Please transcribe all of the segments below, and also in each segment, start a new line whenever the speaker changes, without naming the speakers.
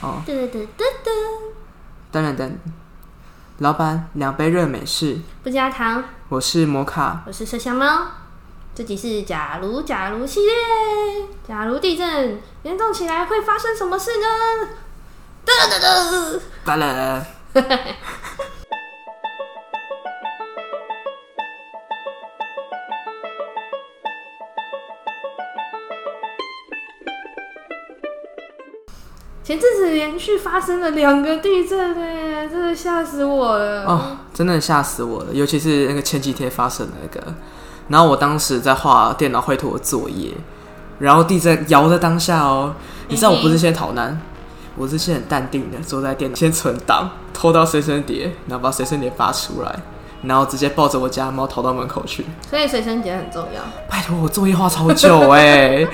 哦，
噔噔噔噔噔，
等等等，老板，两杯热美式，
不加糖，
我是摩卡。
我是麝香猫。这集是假如假如系列，假如地震严重起来会发生什么事呢？噔噔噔，
当然，
前阵子连续发生了两个地震呢，真的吓死我了。
哦，真的吓死我了，尤其是那个前几天发生的那个，然后我当时在画电脑绘图的作业，然后地震摇的当下哦，你知道我不是先逃难，我是先很淡定的坐在电脑先存档，拖到随身碟，然后把随身碟拔出来，然后直接抱着我家猫逃到门口去。
所以随身碟很重要。
拜托，我作业画超久哎、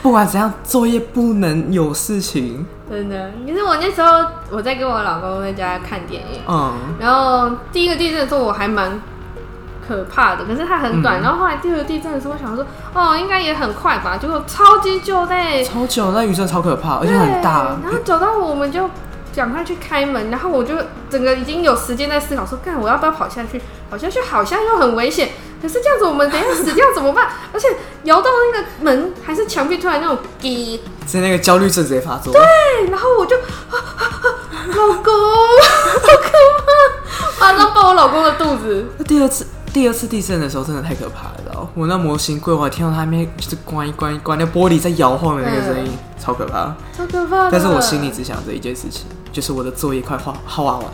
不管怎样，作业不能有事情。
真的，可是我那时候我在跟我老公在家看电影，
嗯，
然后第一个地震的时候我还蛮可怕的，可是它很短。
嗯
然后后来第二个地震的时候，我想说哦，应该也很快吧，结果超级久嘞，
超久，那雨真的超可怕，而
对，
且很大。
然后走到我们就赶快去开门，然后我就整个已经有时间在思考说，干我要不要跑下去？跑下去好像又很危险，可是这样子我们等一下死掉怎么办？而且摇到那个门还是墙壁突然那种滴
所以那个焦虑症直接发作。
对，然后我就、啊啊啊、老公， 好可怕，马上抱我老公的肚子。
那第二次第二次地震的时候真的太可怕了哦，我那模型柜我还听到它那边就是关一关一关，那玻璃在摇晃的那个声音，超可怕。
超可怕的！
但是我心里，只想着一件事情，就是我的作业快画画完了，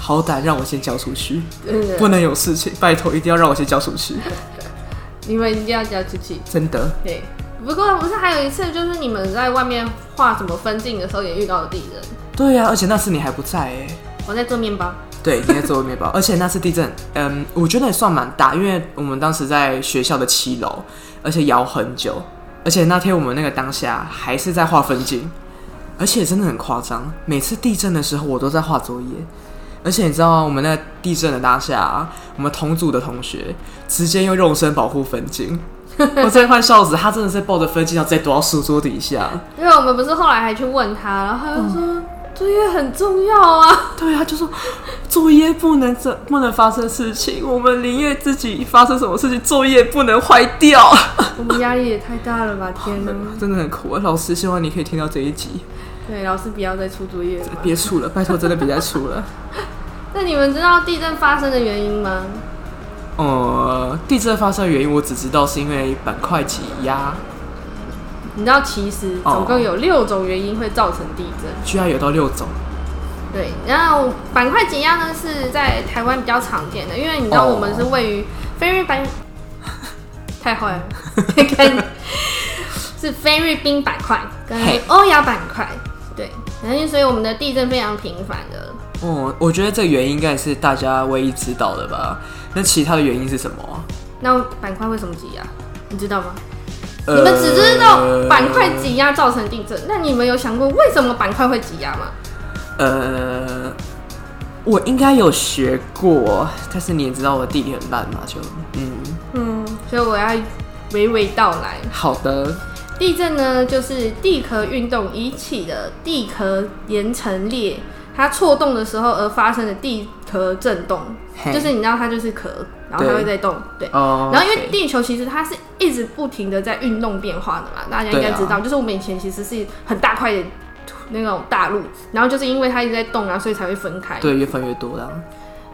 好歹让我先交出去，
嗯
不能有事情，拜托一定要让我先交出去，
你们一定要交出去。
真的。
对，不过不是还有一次，就是你们在外面画什么分镜的时候也遇到了地震。
对啊呀、而且那次你还不在哎、
我在做面包，
对，你在做面包，而且那次地震，嗯，我觉得也算蛮大，因为我们当时在学校的七楼，而且摇很久，而且那天我们那个当下还是在画分镜，而且真的很夸张，每次地震的时候我都在画作业，而且你知道吗？我们那个地震的当下啊，我们同组的同学直接用肉身保护分镜，我真的快笑死，他真的是抱着分镜，然后直接躲到书桌底下，
因为我们不是后来还去问他，然后他就 说作业很重要啊。
对啊，就说作业不能这不能发生事情，我们宁愿自己发生什么事情，作业不能坏掉。
我们压力也太大了吧，天哪！
真的很苦，啊老师希望你可以听到这一集，
对，老师不要再出作业了吧。
别出了，拜托，真的别再出了。
那你们知道地震发生的原因吗？
呃，地震发生的原因我只知道是因为板块挤压，
你知道其实
哦
总共有六种原因会造成地震。
居然有到六种。
对，然后板块挤压呢是在台湾比较常见的，因为你知道
哦
我们是位于菲律宾， 太坏了， 看是菲律宾板块跟
嘿
欧亚板块，对，然后所以我们的地震非常频繁的。
哦、我觉得这个原因应该是大家唯一知道的吧？那其他的原因是什么啊？
那板块为什么挤压？你知道吗？
呃
你们只知道板块挤压造成地震，那你们有想过为什么板块会挤压吗？
呃，我应该有学过，但是你也知道我地理很烂嘛，就嗯，
嗯，所以我要娓娓道来。
好的，
地震呢，就是地壳运动引起的地壳岩层裂，它错动的时候而发生的地壳震动，
嘿
就是你知道它就是壳，然后它
对
会在动，对。
哦，
然后因为
OK
地球其实它是一直不停的在运动变化的嘛，大家应该
对啊
知道，就是我们以前其实是很大块的那种大陆，然后就是因为它一直在动啊，所以才会分开。
对越分越多啦，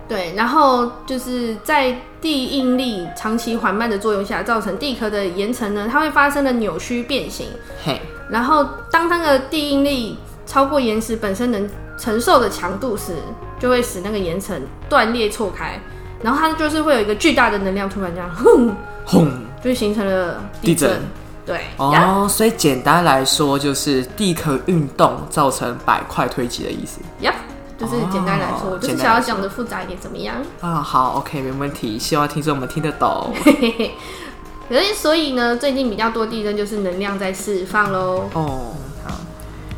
对，然后就是在地应力长期缓慢的作用下，造成地壳的岩层呢，它会发生了扭曲变形，
嘿，
然后当那个地应力超过岩石本身能承受的强度时，就会使那个岩层断裂错开，然后它就是会有一个巨大的能量突然这样，轰，
轰
就形成了地
地震
对，呀
哦，所以简单来说就是地壳运动造成板块推挤的意思
呀，就是简单来
哦
说，我就是
简单
想要
来说
讲的复杂一点，怎么样？
啊。好，OK，没问题，希望听众们听得懂
嘿嘿
哦
嘿。 可是所以呢，最近比较多地震就是能量在释放喽。
哦。好，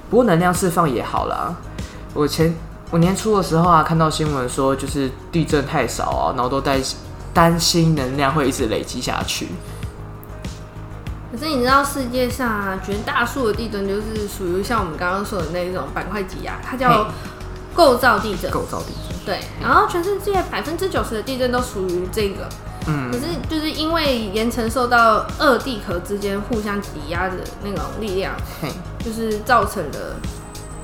不过能量释放也好啦。我前我年初的时候啊，看到新闻说就是地震太少啊，然后都担担心能量会一直累积下去。
可是你知道世界上啊，绝大多数的地震就是属于像我们刚刚说的那种板块挤压，它
嘿
叫构造地震。
构造地震。
对，然后全世界百分之九十的地震都属于这个。
嗯
可是就是因为岩层受到二地壳之间互相挤压的那种力量，
嘿，
就是造成了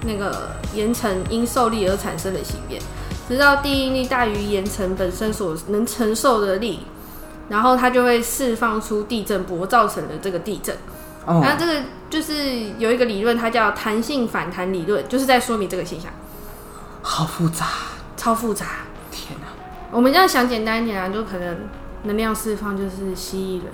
那个岩层因受力而产生的形变，直到地应力大于岩层本身所能承受的力，然后它就会释放出地震波，造成了这个地震。
哦
然后这个就是有一个理论，它叫弹性反弹理论，就是在说明这个现象，
好复杂，
超复杂。
天哪、
我们这样想简单一点啊，就可能能量释放就是蜥蜴人，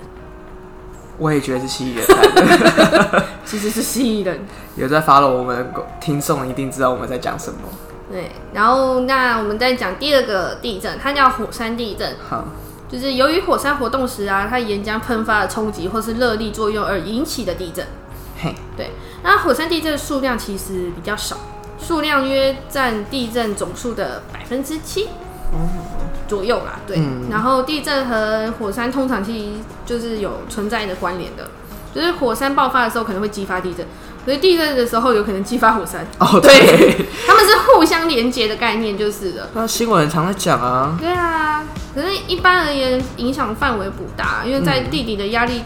我也觉得是蜥蜴人在的。
其实是蜥蜴人。
有在 follow 我们的听众一定知道我们在讲什么。
对，然后那我们再讲第二个地震，它叫火山地震。
好，
就是由于火山活动时啊，它岩浆喷发的冲击或是热力作用而引起的地震。
嘿，
对，那火山地震数量其实比较少，数量约占地震总数的百分之七左右啦。对，
嗯
然后地震和火山通常其实就是有存在的关联的，就是火山爆发的时候可能会激发地震，所以地震的时候有可能激发火山，
哦对，
它们是互相连接的概念就是了。
那新闻常在讲啊，
对啊，可是一般而言影响范围不大，因为
嗯
在地底的压力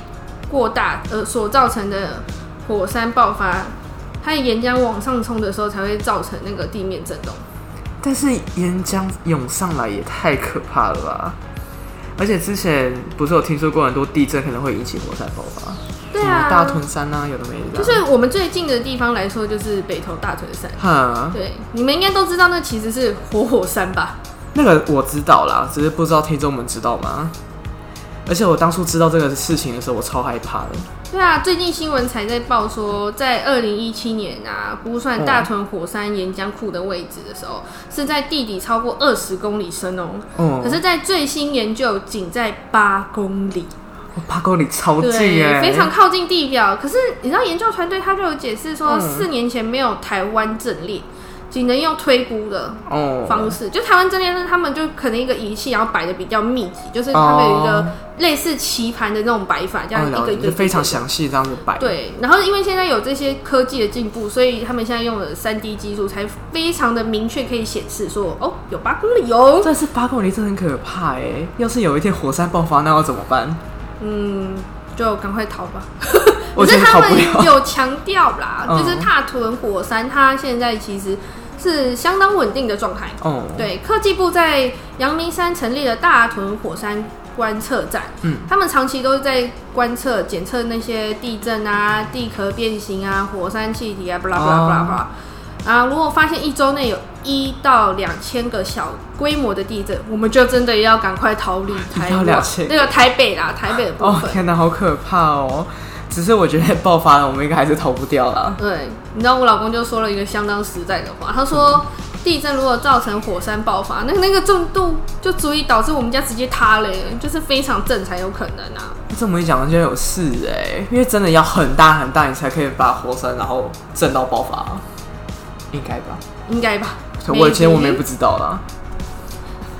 过大，呃，所造成的火山爆发，它岩浆往上冲的时候才会造成那个地面震动。
但是岩浆涌上来也太可怕了吧！而且之前不是有听说过很多地震可能会引起火山爆发，
对
什么
啊，
大屯山啊，有的没的啊，
就是我们最近的地方来说，就是北投大屯山。
哈，
对，你们应该都知道，那其实是活火山吧？
那个我知道啦，只是不知道听众们知道吗？而且我当初知道这个事情的时候，我超害怕的。
对啊，最近新闻才在报说，在二零一七年啊，估算
嗯
大屯火山岩浆库的位置的时候，是在地底超过二十公里深哦、
哦
可，是，在最新研究，仅在八公里，
我八公里超近哦耶，
对，非常靠近地表。可是，你知道研究团队他就有解释说，
嗯
四年前没有台湾阵列，仅能用推估的
哦，
方式。就台湾阵列是他们就可能一个仪器，然后摆的比较密集，就是他们有一个
哦
类似棋盘的那种摆法，这样
哦
一
了
个
解
一个一
就
个
非常详细这样子摆，，
对，然后因为现在有这些科技的进步，所以他们现在用了三 D 技术，才非常的明确可以显示说，哦，有八公里哦。
但是八公里真的很可怕哎！要是有一天火山爆发，那要怎么办？
嗯，就赶快逃 吧。
我
可
觉得
是他
逃不了
们有强调 啦，
嗯
就是踏屯火山，它现在其实是相当稳定的状态。
哦，
对，科技部在阳明山成立了大屯火山观测站，
嗯，
他们长期都在观测、检测那些地震啊、地壳变形啊、火山气体啊，巴拉巴拉巴拉巴
哦
拉。啊，如果发现一周内有一到两千个小规模的地震，我们就真的要赶快逃离台
1到
湾
2000
那个台北啦，台北的部
哦
分。
天哪，好可怕哦！只是我觉得爆发了，我们应该还是逃不掉啦。
对，你知道我老公就说了一个相当实在的话，他说地震如果造成火山爆发，那那个震度就足以导致我们家直接塌了耶，就是非常震才有可能啊。
这么一讲就有事哎，因为真的要很大很大，你才可以把火山然后震到爆发，应该吧？
应该吧？
我其实我们也不
Maybe
知道啦。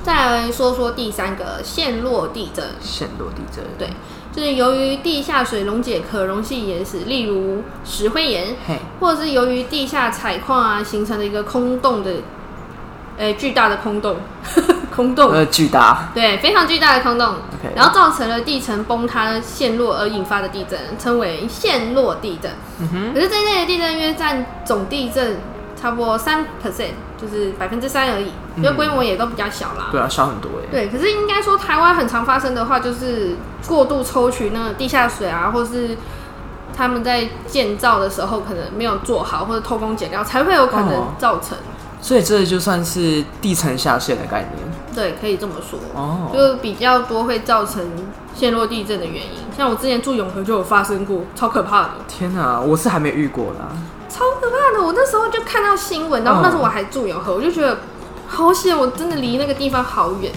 再来说说第三个陷落地震，
陷落地震，
对，就是由于地下水溶解可溶性岩石，例如石灰岩，
嘿，
或者是由于地下采矿啊形成的一个空洞的，呃，巨大的空洞， 空洞。
呃，巨大，
对，非常巨大的空洞
OK
然后造成了地层崩塌陷落而引发的地震，称为陷落地震。
嗯哼，
可是这类的地震约占总地震差不多三 percent，就是百分之三而已，因为规模也都比较小啦。
嗯对啊，小很多哎，
对，可是应该说台湾很常发生的话，就是过度抽取那个地下水啊，或是他们在建造的时候可能没有做好，或者偷工减料，才会有可
哦
能造成。
所以这就算是地层下陷的概念
对，可以这么说。
哦。
就比较多会造成陷落地震的原因。像我之前住永和就有发生过，超可怕的，
天哪，我是还没遇过啦。
超可怕的。我那时候就看到新闻，然后
嗯
那时候我还住永和，我就觉得好险，我真的离那个地方好远。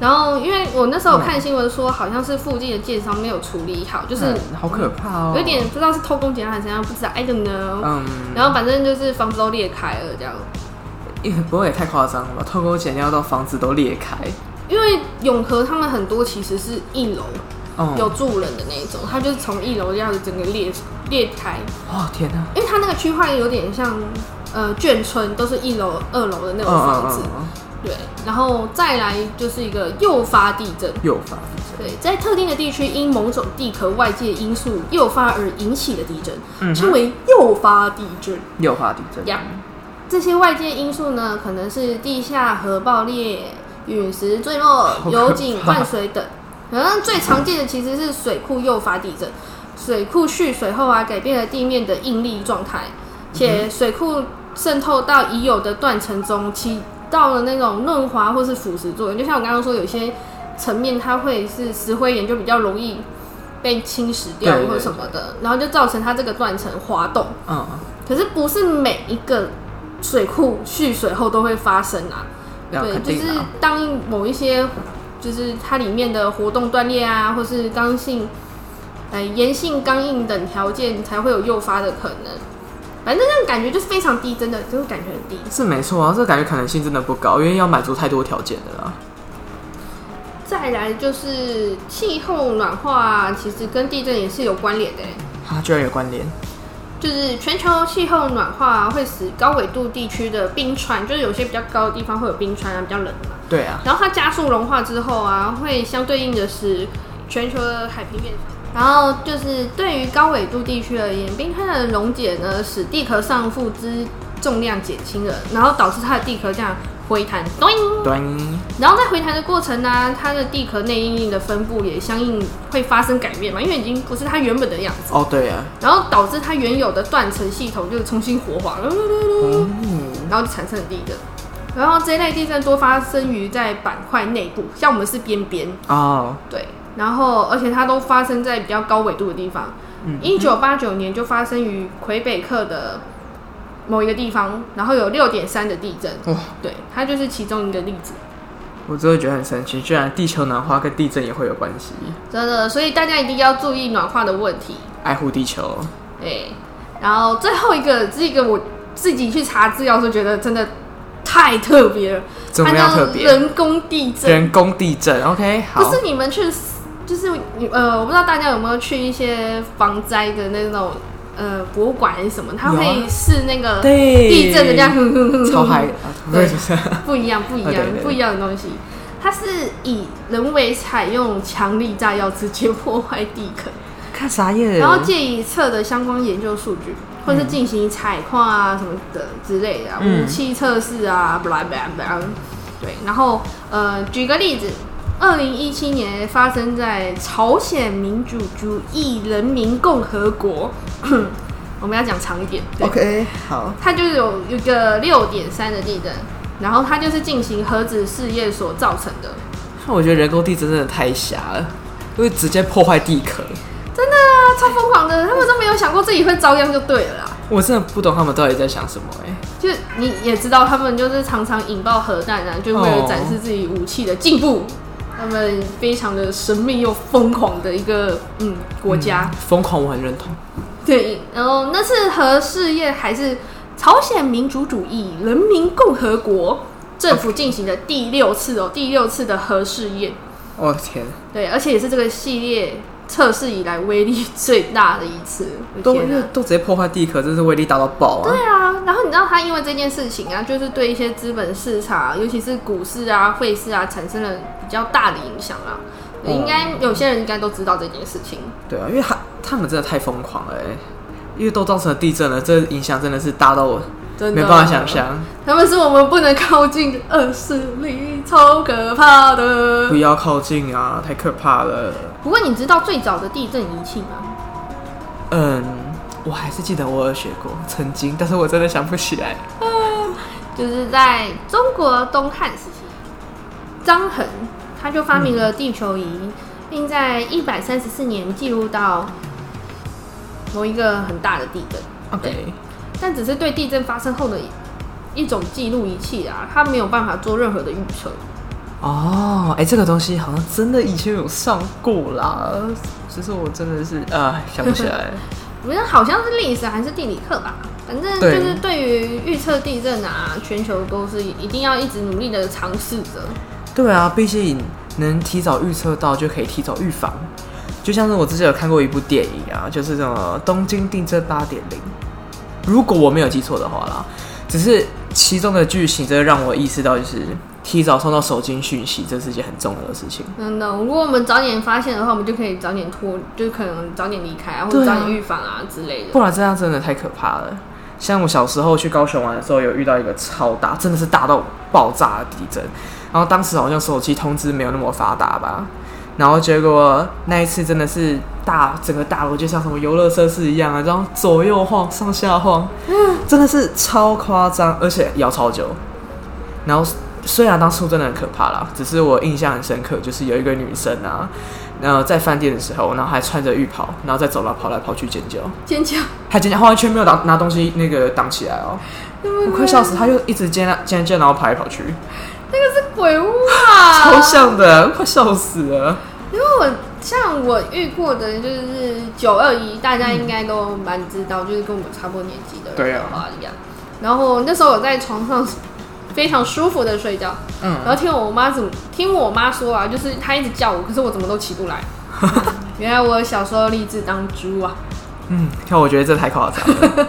然后因为我那时候看新闻说，好像是附近的建商没有处理好，就是
嗯好可怕哦，
有点不知道是偷工减料还是怎样，不知道 I don't know。
嗯，
然后反正就是房子都裂开了这样。
也不会也太夸张了吧？偷工减料到房子都裂开，
因为永和他们很多其实是一楼，
哦
有住人的那一种，它就是从一楼这样子整个裂裂开，
哇天哪！
因为它那个区块有点像呃眷村，都是一楼、二楼的那
嗯
种
嗯
房子
嗯，嗯，
对，然后再来就是一个诱发地震。
诱发地
对，在特定的地区因某种地壳外界因素诱发而引起的地震，
嗯
称为诱发地震。
震，诱发地震。
呀这些外界因素呢，可能是地下核爆裂、陨石坠落
好、可
油井
怕
灌水等。可能最常见的其实是水库诱发地震，水库蓄水后啊，改变了地面的应力状态，且水库渗透到已有的断层中，起到了那种润滑或是腐蚀作用。就像我刚刚说，有些层面它会是石灰岩，就比较容易被侵蚀掉
对对
或什么的，然后就造成它这个断层滑动。
嗯，嗯
可是不是每一个水库蓄水后都会发生啊。
那
对，
肯
就
定
是
啊。
当某一些就是它里面的活动断裂啊，或是刚性、呃岩性、刚硬等条件，才会有诱发的可能。反正那种感觉就是非常低，真的就是感觉很低。
是没错啊，这感觉可能性真的不高，因为要满足太多条件的啦。
再来就是气候暖化、其实跟地震也是有关联的欸、
啊，居然有关联，
就是全球气候暖化、会使高纬度地区的冰川，就是有些比较高的地方会有冰川啊，比较冷嘛。
对啊，
然后它加速融化之后啊，会相对应的是全球的海平面。然后就是对于高纬度地区而言，冰川的溶解呢，使地壳上负之重量减轻了，然后导致它的地壳这样回弹，咚。
端
然后在回弹的过程呢、它的地壳内应力的分布也相应会发生改变嘛，因为已经不是它原本的样子，
哦，对啊，
然后导致它原有的断层系统就是重新活化。
嗯，
然后就产生了地震。然后这一类地震多发生于在板块内部，像我们是边边，
哦，
对。然后而且它都发生在比较高纬度的地方。
嗯
一九八九年就发生于魁北克的某一个地方，然后有六点三的地震，
哇，
对，它就是其中一个例子。
我真的觉得很神奇，居然地球暖化跟地震也会有关系，
真的，所以大家一定要注意暖化的问题。
爱护地球，
对，然后最后一个这个我自己去查资料的时候觉得真的太特别了，
怎么样特别
它叫人工地震，
人工地震，OK，
不
好，
是你们去，就是你呃，我不知道大家有没有去一些防灾的那种呃博物馆还是什么，它
有啊
会试那个
对
地震的这样， 哼哼哼哼
超嗨，啊
对
是
不一样，不一
啊对
样
对对，
不一样的东西。它是以人为采用强力炸药直接破坏地壳，
看啥耶？
然后借以测得相关研究数据，或是进行采矿啊什么的之类的啊、
嗯
武器测试啊，巴拉巴拉巴拉。对，然后呃，举个例子，二零一七年发生在朝鲜民主主义人民共和国， 我们要讲长一点。对
OK，好，
它就是有一个六点三的地震，然后它就是进行核子试验所造成的。
我觉得人工地震真的太瞎了，因为直接破坏地壳，
真的啊，超疯狂的，他们都没有想过自己会遭殃就对了啦。
我真的不懂他们到底在想什么哎、
就你也知道，他们就是常常引爆核弹啊，就为了展示自己武器的进步。他们非常的神秘又疯狂的一个嗯国家，
疯狂我很认同，
对。然后那次核试验还是朝鲜民主主义人民共和国政府进行的第六次哦，第六次的核试验，
我、的哦天，啊
对，而且也是这个系列测试以来威力最大的一次。我的
都
天哪啊
都直接破坏地壳，真是威力大到爆啊！
对啊，然后你知道他因为这件事情啊，就是对一些资本市场，尤其是股市啊、汇市啊，产生了比较大的影响啊。
哦
应该有些人应该都知道这件事情，
对啊，因为他他们真的太疯狂了、欸，因为都造成了地震了，这影响真的是大到我
真的
没办法想。象。
他们是我们不能靠近的恶势力，超可怕的
不。要靠近啊，太可怕了。
不过你知道最早的地震仪器吗？
嗯，我还是记得我有学过，曾经，但是我真的想不起来。
就是在中国东汉时期，张衡他就发明了地球仪，并在一百三十四年记录到某一个很大的地震。
OK，
但只是对地震发生后的一种记录仪器啊，它没有办法做任何的预测。
哦，哎、这个东西好像真的以前有上过啦，只是我真的是啊、想不起来。
我觉得好像是历史还是地理课吧，反正就
对
是对于预测地震啊，全球都是一定要一直努力的尝试着。
对啊，毕竟能提早预测到，就可以提早预防。就像是我之前有看过一部电影啊，就是什么《东京地震八点零》，如果我没有记错的话啦，只是其中的剧情真的让我意识到，就是提早收到手机讯息，这是一件很重要的事情。
真的，如果我们早点发现的话，我们就可以早点脱，就可能早点离开啊，或
对
者
啊
早点预防啊之类的。
不然这样真的太可怕了。像我小时候去高雄玩的时候，有遇到一个超大，真的是大到爆炸的地震。然后当时好像手机通知没有那么发达吧，然后结果那一次真的是大整个大楼就像什么游乐设施一样啊，然后左右晃、上下晃，真的是超夸张，而且摇超久。然后虽然当初真的很可怕啦，只是我印象很深刻，就是有一个女生啊，然后在饭店的时候，然后还穿着浴袍，然后在走廊跑来跑去尖叫。
尖叫！
他尖叫，后来却没有拿拿东西那个挡起来哦，
啊
我快笑死！他就一直尖啊尖叫，然后跑来跑去，
那个是鬼屋啊！
超像的，快笑死了。
因为我像我遇过的就是九二一，大家应该都蛮知道，就是跟我们差不多年纪的人
对啊
的话一样。然后那时候我在床上非常舒服的睡觉，
嗯
然后听我妈怎么听我妈说啊，就是她一直叫我，可是我怎么都起 不来。原来我小时候立志当猪啊！
嗯，看我觉得这太夸 张了，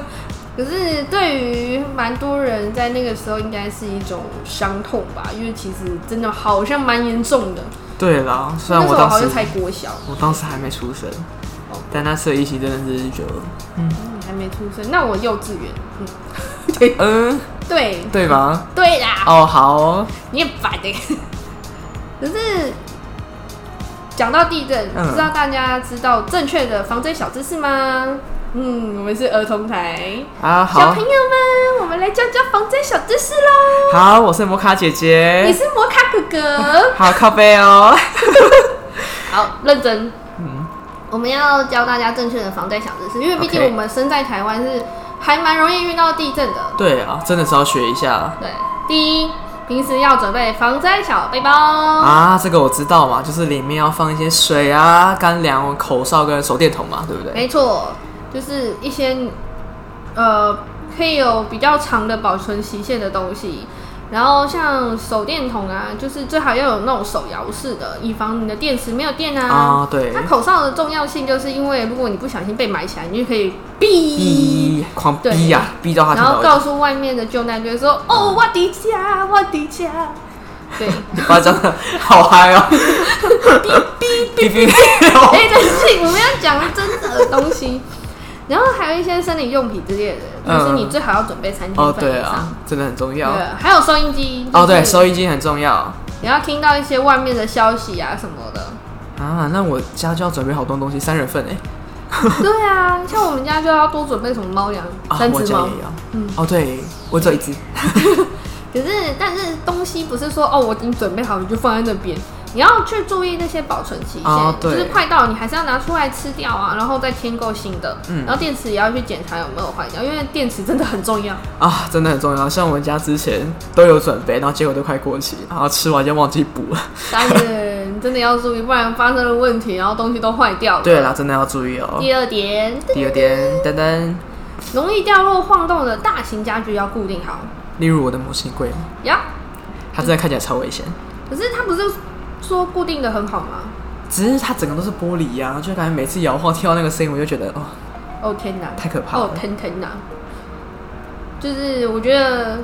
可是对于蛮多人在那个时候应该是一种伤痛吧，因为其实真的好像蛮严重的。
对啦，虽
那
然我
时候我
当
好
时
像才国小，
我当时还没出生
哦，
但那次的疫情真的 是觉得，
嗯还没出生，那我幼稚园，嗯，
嗯，
对
对吗？
对啦，
哦，好哦
你也白的。 可是讲到地震，
嗯
不知道大家知道正确的防震小知识吗？嗯，我们是儿童台，
啊，
小
好
朋友们，我们来教教防震小知识啦。
好，我是摩卡姐
你
姐，
是摩卡哥 哥，
好咖啡哦，
好认真。
嗯，
我们要教大家正确的防震小知识，因为毕竟
OK
我们身在台湾是还蛮容易遇到地震的。
对啊，真的是要学一下
对，第一，平时要准备防灾小背包。
啊，这个我知道嘛，就是里面要放一些水啊、干粮、口哨跟手电筒嘛，对不对？
没错，就是一些呃可以有比较长的保存期限的东西。然后像手电筒啊，就是最好要有那种手摇式的，以防你的电池没有电啊。
啊，对
那，口哨的重要性，就是因为如果你不小心被埋起来，你就可以哔，
逼狂
对
逼呀、逼到他听
然后
到
告诉外面的救难队说：“哦，我的家，我的家。” 对，
为止，夸张的 好嗨哦！逼逼逼
哎、
逼！
对不起，我们要讲真的东西。然后还有一些生理用品之类的，就是
嗯
你最好要准备三
哦，
天份以
对
上。
啊，真的很重
对
要。，
还有收音机。
哦，对，
就是
收音机很重要啊。
你要听到一些外面的消息啊什么的。
啊那我家就要准备好多东西，三人份哎。
对啊，像我们家就要多准备什么猫粮，
啊，
三
我
只
家
猫嗯
也。要。哦，对，我只有一只。
可是，但是东西不是说哦，我已经准备好，你就放在那边。你要去注意那些保存期限，
哦
就
对
是快到你还是要拿出来吃掉啊，然后再添购新的。
嗯
然后电池也要去检查有没有坏掉，因为电池真的很重要。
啊，真的很重要。像我们家之前都有准备，然后结果都快过期，然后吃完就忘记补了。
当然，你真的要注意，不然发生了问题，然后东西都坏掉了。
对啦，。真的要注意哦。
第二点，
第二点，噔噔，
容易掉落晃动的大型家具要固定好。
例如我的模型柜，
呀，
它真的看起来超危险。
可是它不是说固定的很好吗？
只是它整个都是玻璃呀、就感觉每次摇晃听到那个声音，我就觉得哦，
哦天哪，
太可怕了
哦腾腾呐！就是我觉得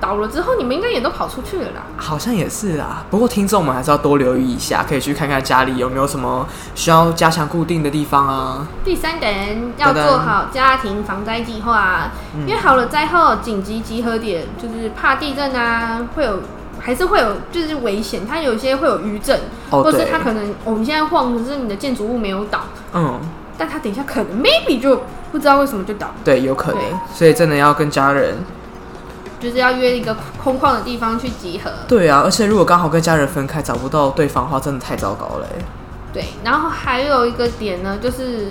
倒了之后，你们应该也都跑出去了啦。
好像也是啊。不过听众们还是要多留意一下，可以去看看家里有没有什么需要加强固定的地方啊。
第三点，要
当然
做好家庭防灾计划，
嗯
因为好了灾后紧急集合点，就是怕地震啊，会有还是会有就是危险，它有些会有余震，
哦
或是
对
它可能我们现在晃，可是你的建筑物没有倒，
嗯，
但它等一下可能 maybe 就不知道为什么就倒，
对，有可能
对。
所以真的要跟家人。
就是要约一个空旷的地方去集合。
对啊，而且如果刚好跟家人分开，找不到对方的话，真的太糟糕了欸、
对，然后还有一个点呢，就是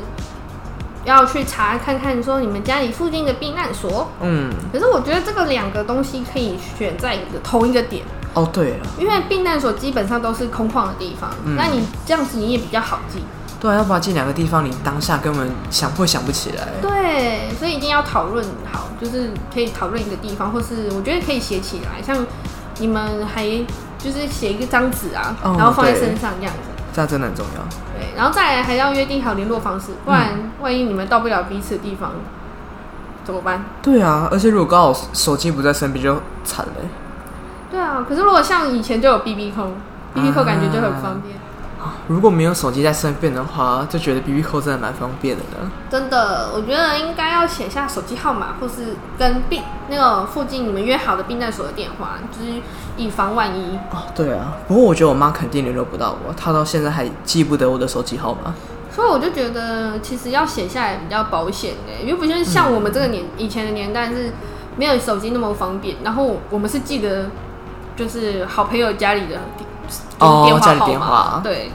要去查看看说你们家里附近的避难所。
嗯，
可是我觉得这个两个东西可以选在一个同一个点，
哦对了，
因为避难所基本上都是空旷的地方，
嗯
那你这样子你也比较好记。
对啊，要不然这两个地方你当下根本想会想不起来。
对，所以一定要讨论好，就是可以讨论一个地方，或是我觉得可以写起来，像你们还就是写一个张纸啊，
哦
然后放在
对
身上这样子。
这样真的很重要。
对，然后再来还要约定好联络方式，不然万一你们到不了彼此的地方，怎么办？
对啊，而且如果刚好手机不在身边就惨了欸、
对啊，可是如果像以前就有 B B 扣，B B 扣感觉就
啊
很方便，
如果没有手机在身边的话，就觉得 B B 扣真的蛮方便的呢。
真的，我觉得应该要写下手机号码，或是跟避那个附近你们约好的避难所的电话，就是以防万一。
哦，对啊，不过我觉得我妈肯定联络不到我，她到现在还记不得我的手机号码。
所以我就觉得，其实要写下来比较保险的、
嗯
因为不像像我们这个年、以前的年代是没有手机那么方便，然后我们是记得就是好朋友家里的
哦
就是电
家
话
里
号码，
电话
对。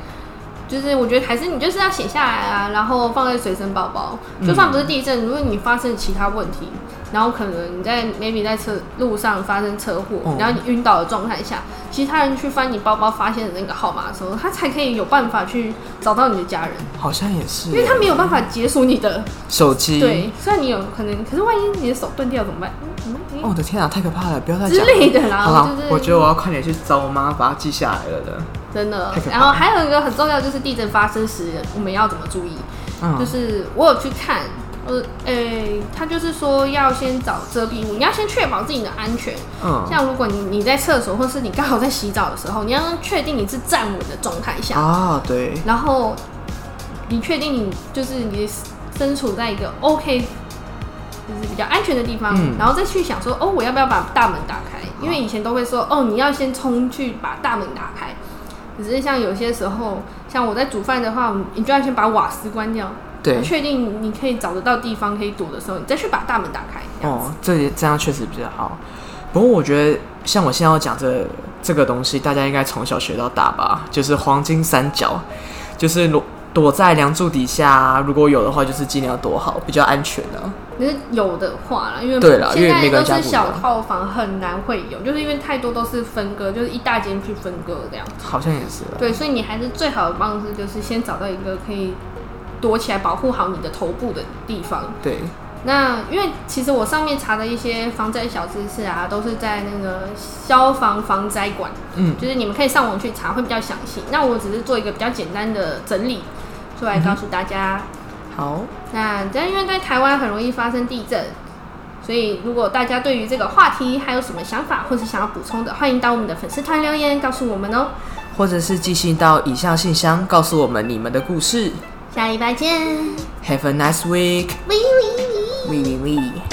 就是我觉得还是你就是要写下来啊，然后放在随身包包。
嗯
就算不是地震，如果你发生其他问题，然后可能你在 maybe 在车路上发生车祸，
哦
然后你晕倒的状态下，其他人去翻你包包发现的那个号码的时候，他才可以有办法去找到你的家人。
好像也是
因为他没有办法解锁你的，
手机。
对，虽然你有可能，可是万一你的手断掉怎么办？嗯嗯
哦，我的天啊，太可怕了！不要再
嗯
讲
之
了。
类的啦，
好啦
就，是
我觉得我要快点去找我妈，把它记下来了的。
真的
太可。怕
然后还有一个很重要就是地震发生时我们要怎么注意？就
嗯，
是我有去看，呃，诶、他就是说要先找遮蔽物，你要先确保自己的安全。
嗯
像如果你你在厕所，或是你刚好在洗澡的时候，你要确定你是站稳的状态下，
啊，对，
然后你确定你就是你身处在一个 OK，就是比较安全的地方，
嗯
然后再去想说，哦，我要不要把大门打开？因为以前都会说，哦，你要先冲去把大门打开。只是像有些时候，像我在煮饭的话，你就要先把瓦斯关掉，
对，
确定你可以找得到地方可以躲的时候，你再去把大门打开。这样子
哦，这里这样确实比较好。不过我觉得，像我现在要讲这这个东西，大家应该从小学到大吧，就是黄金三角，就是躲躲在梁柱底下啊、如果有的话，就是尽量躲好，比较安全啊。
可是有的话啦，因为
对啦因为
现
每个
在都
人家
是
不一
小
样
套房，很难会有，就是因为太多都是分割，就是一大间去分割这样。
好像也是啊，
对，所以你还是最好的方式就是先找到一个可以躲起来保护好你的头部的地方。
对，
那因为其实我上面查的一些防灾小知识啊，都是在那个消防防灾馆，
嗯，
就是你们可以上网去查，会比较详细。那我只是做一个比较简单的整理出来告诉大家。
好，
那但因为在台湾很容易发生地震。所以，如果大家对于这个话题还有什么想法，或是想要补充的，欢迎到我们的粉丝团留言告诉我们哦。
或者是寄信到以下信箱，告诉我们你们的故事。
下礼拜见，
Have a nice week，
喂喂喂。
喂喂喂。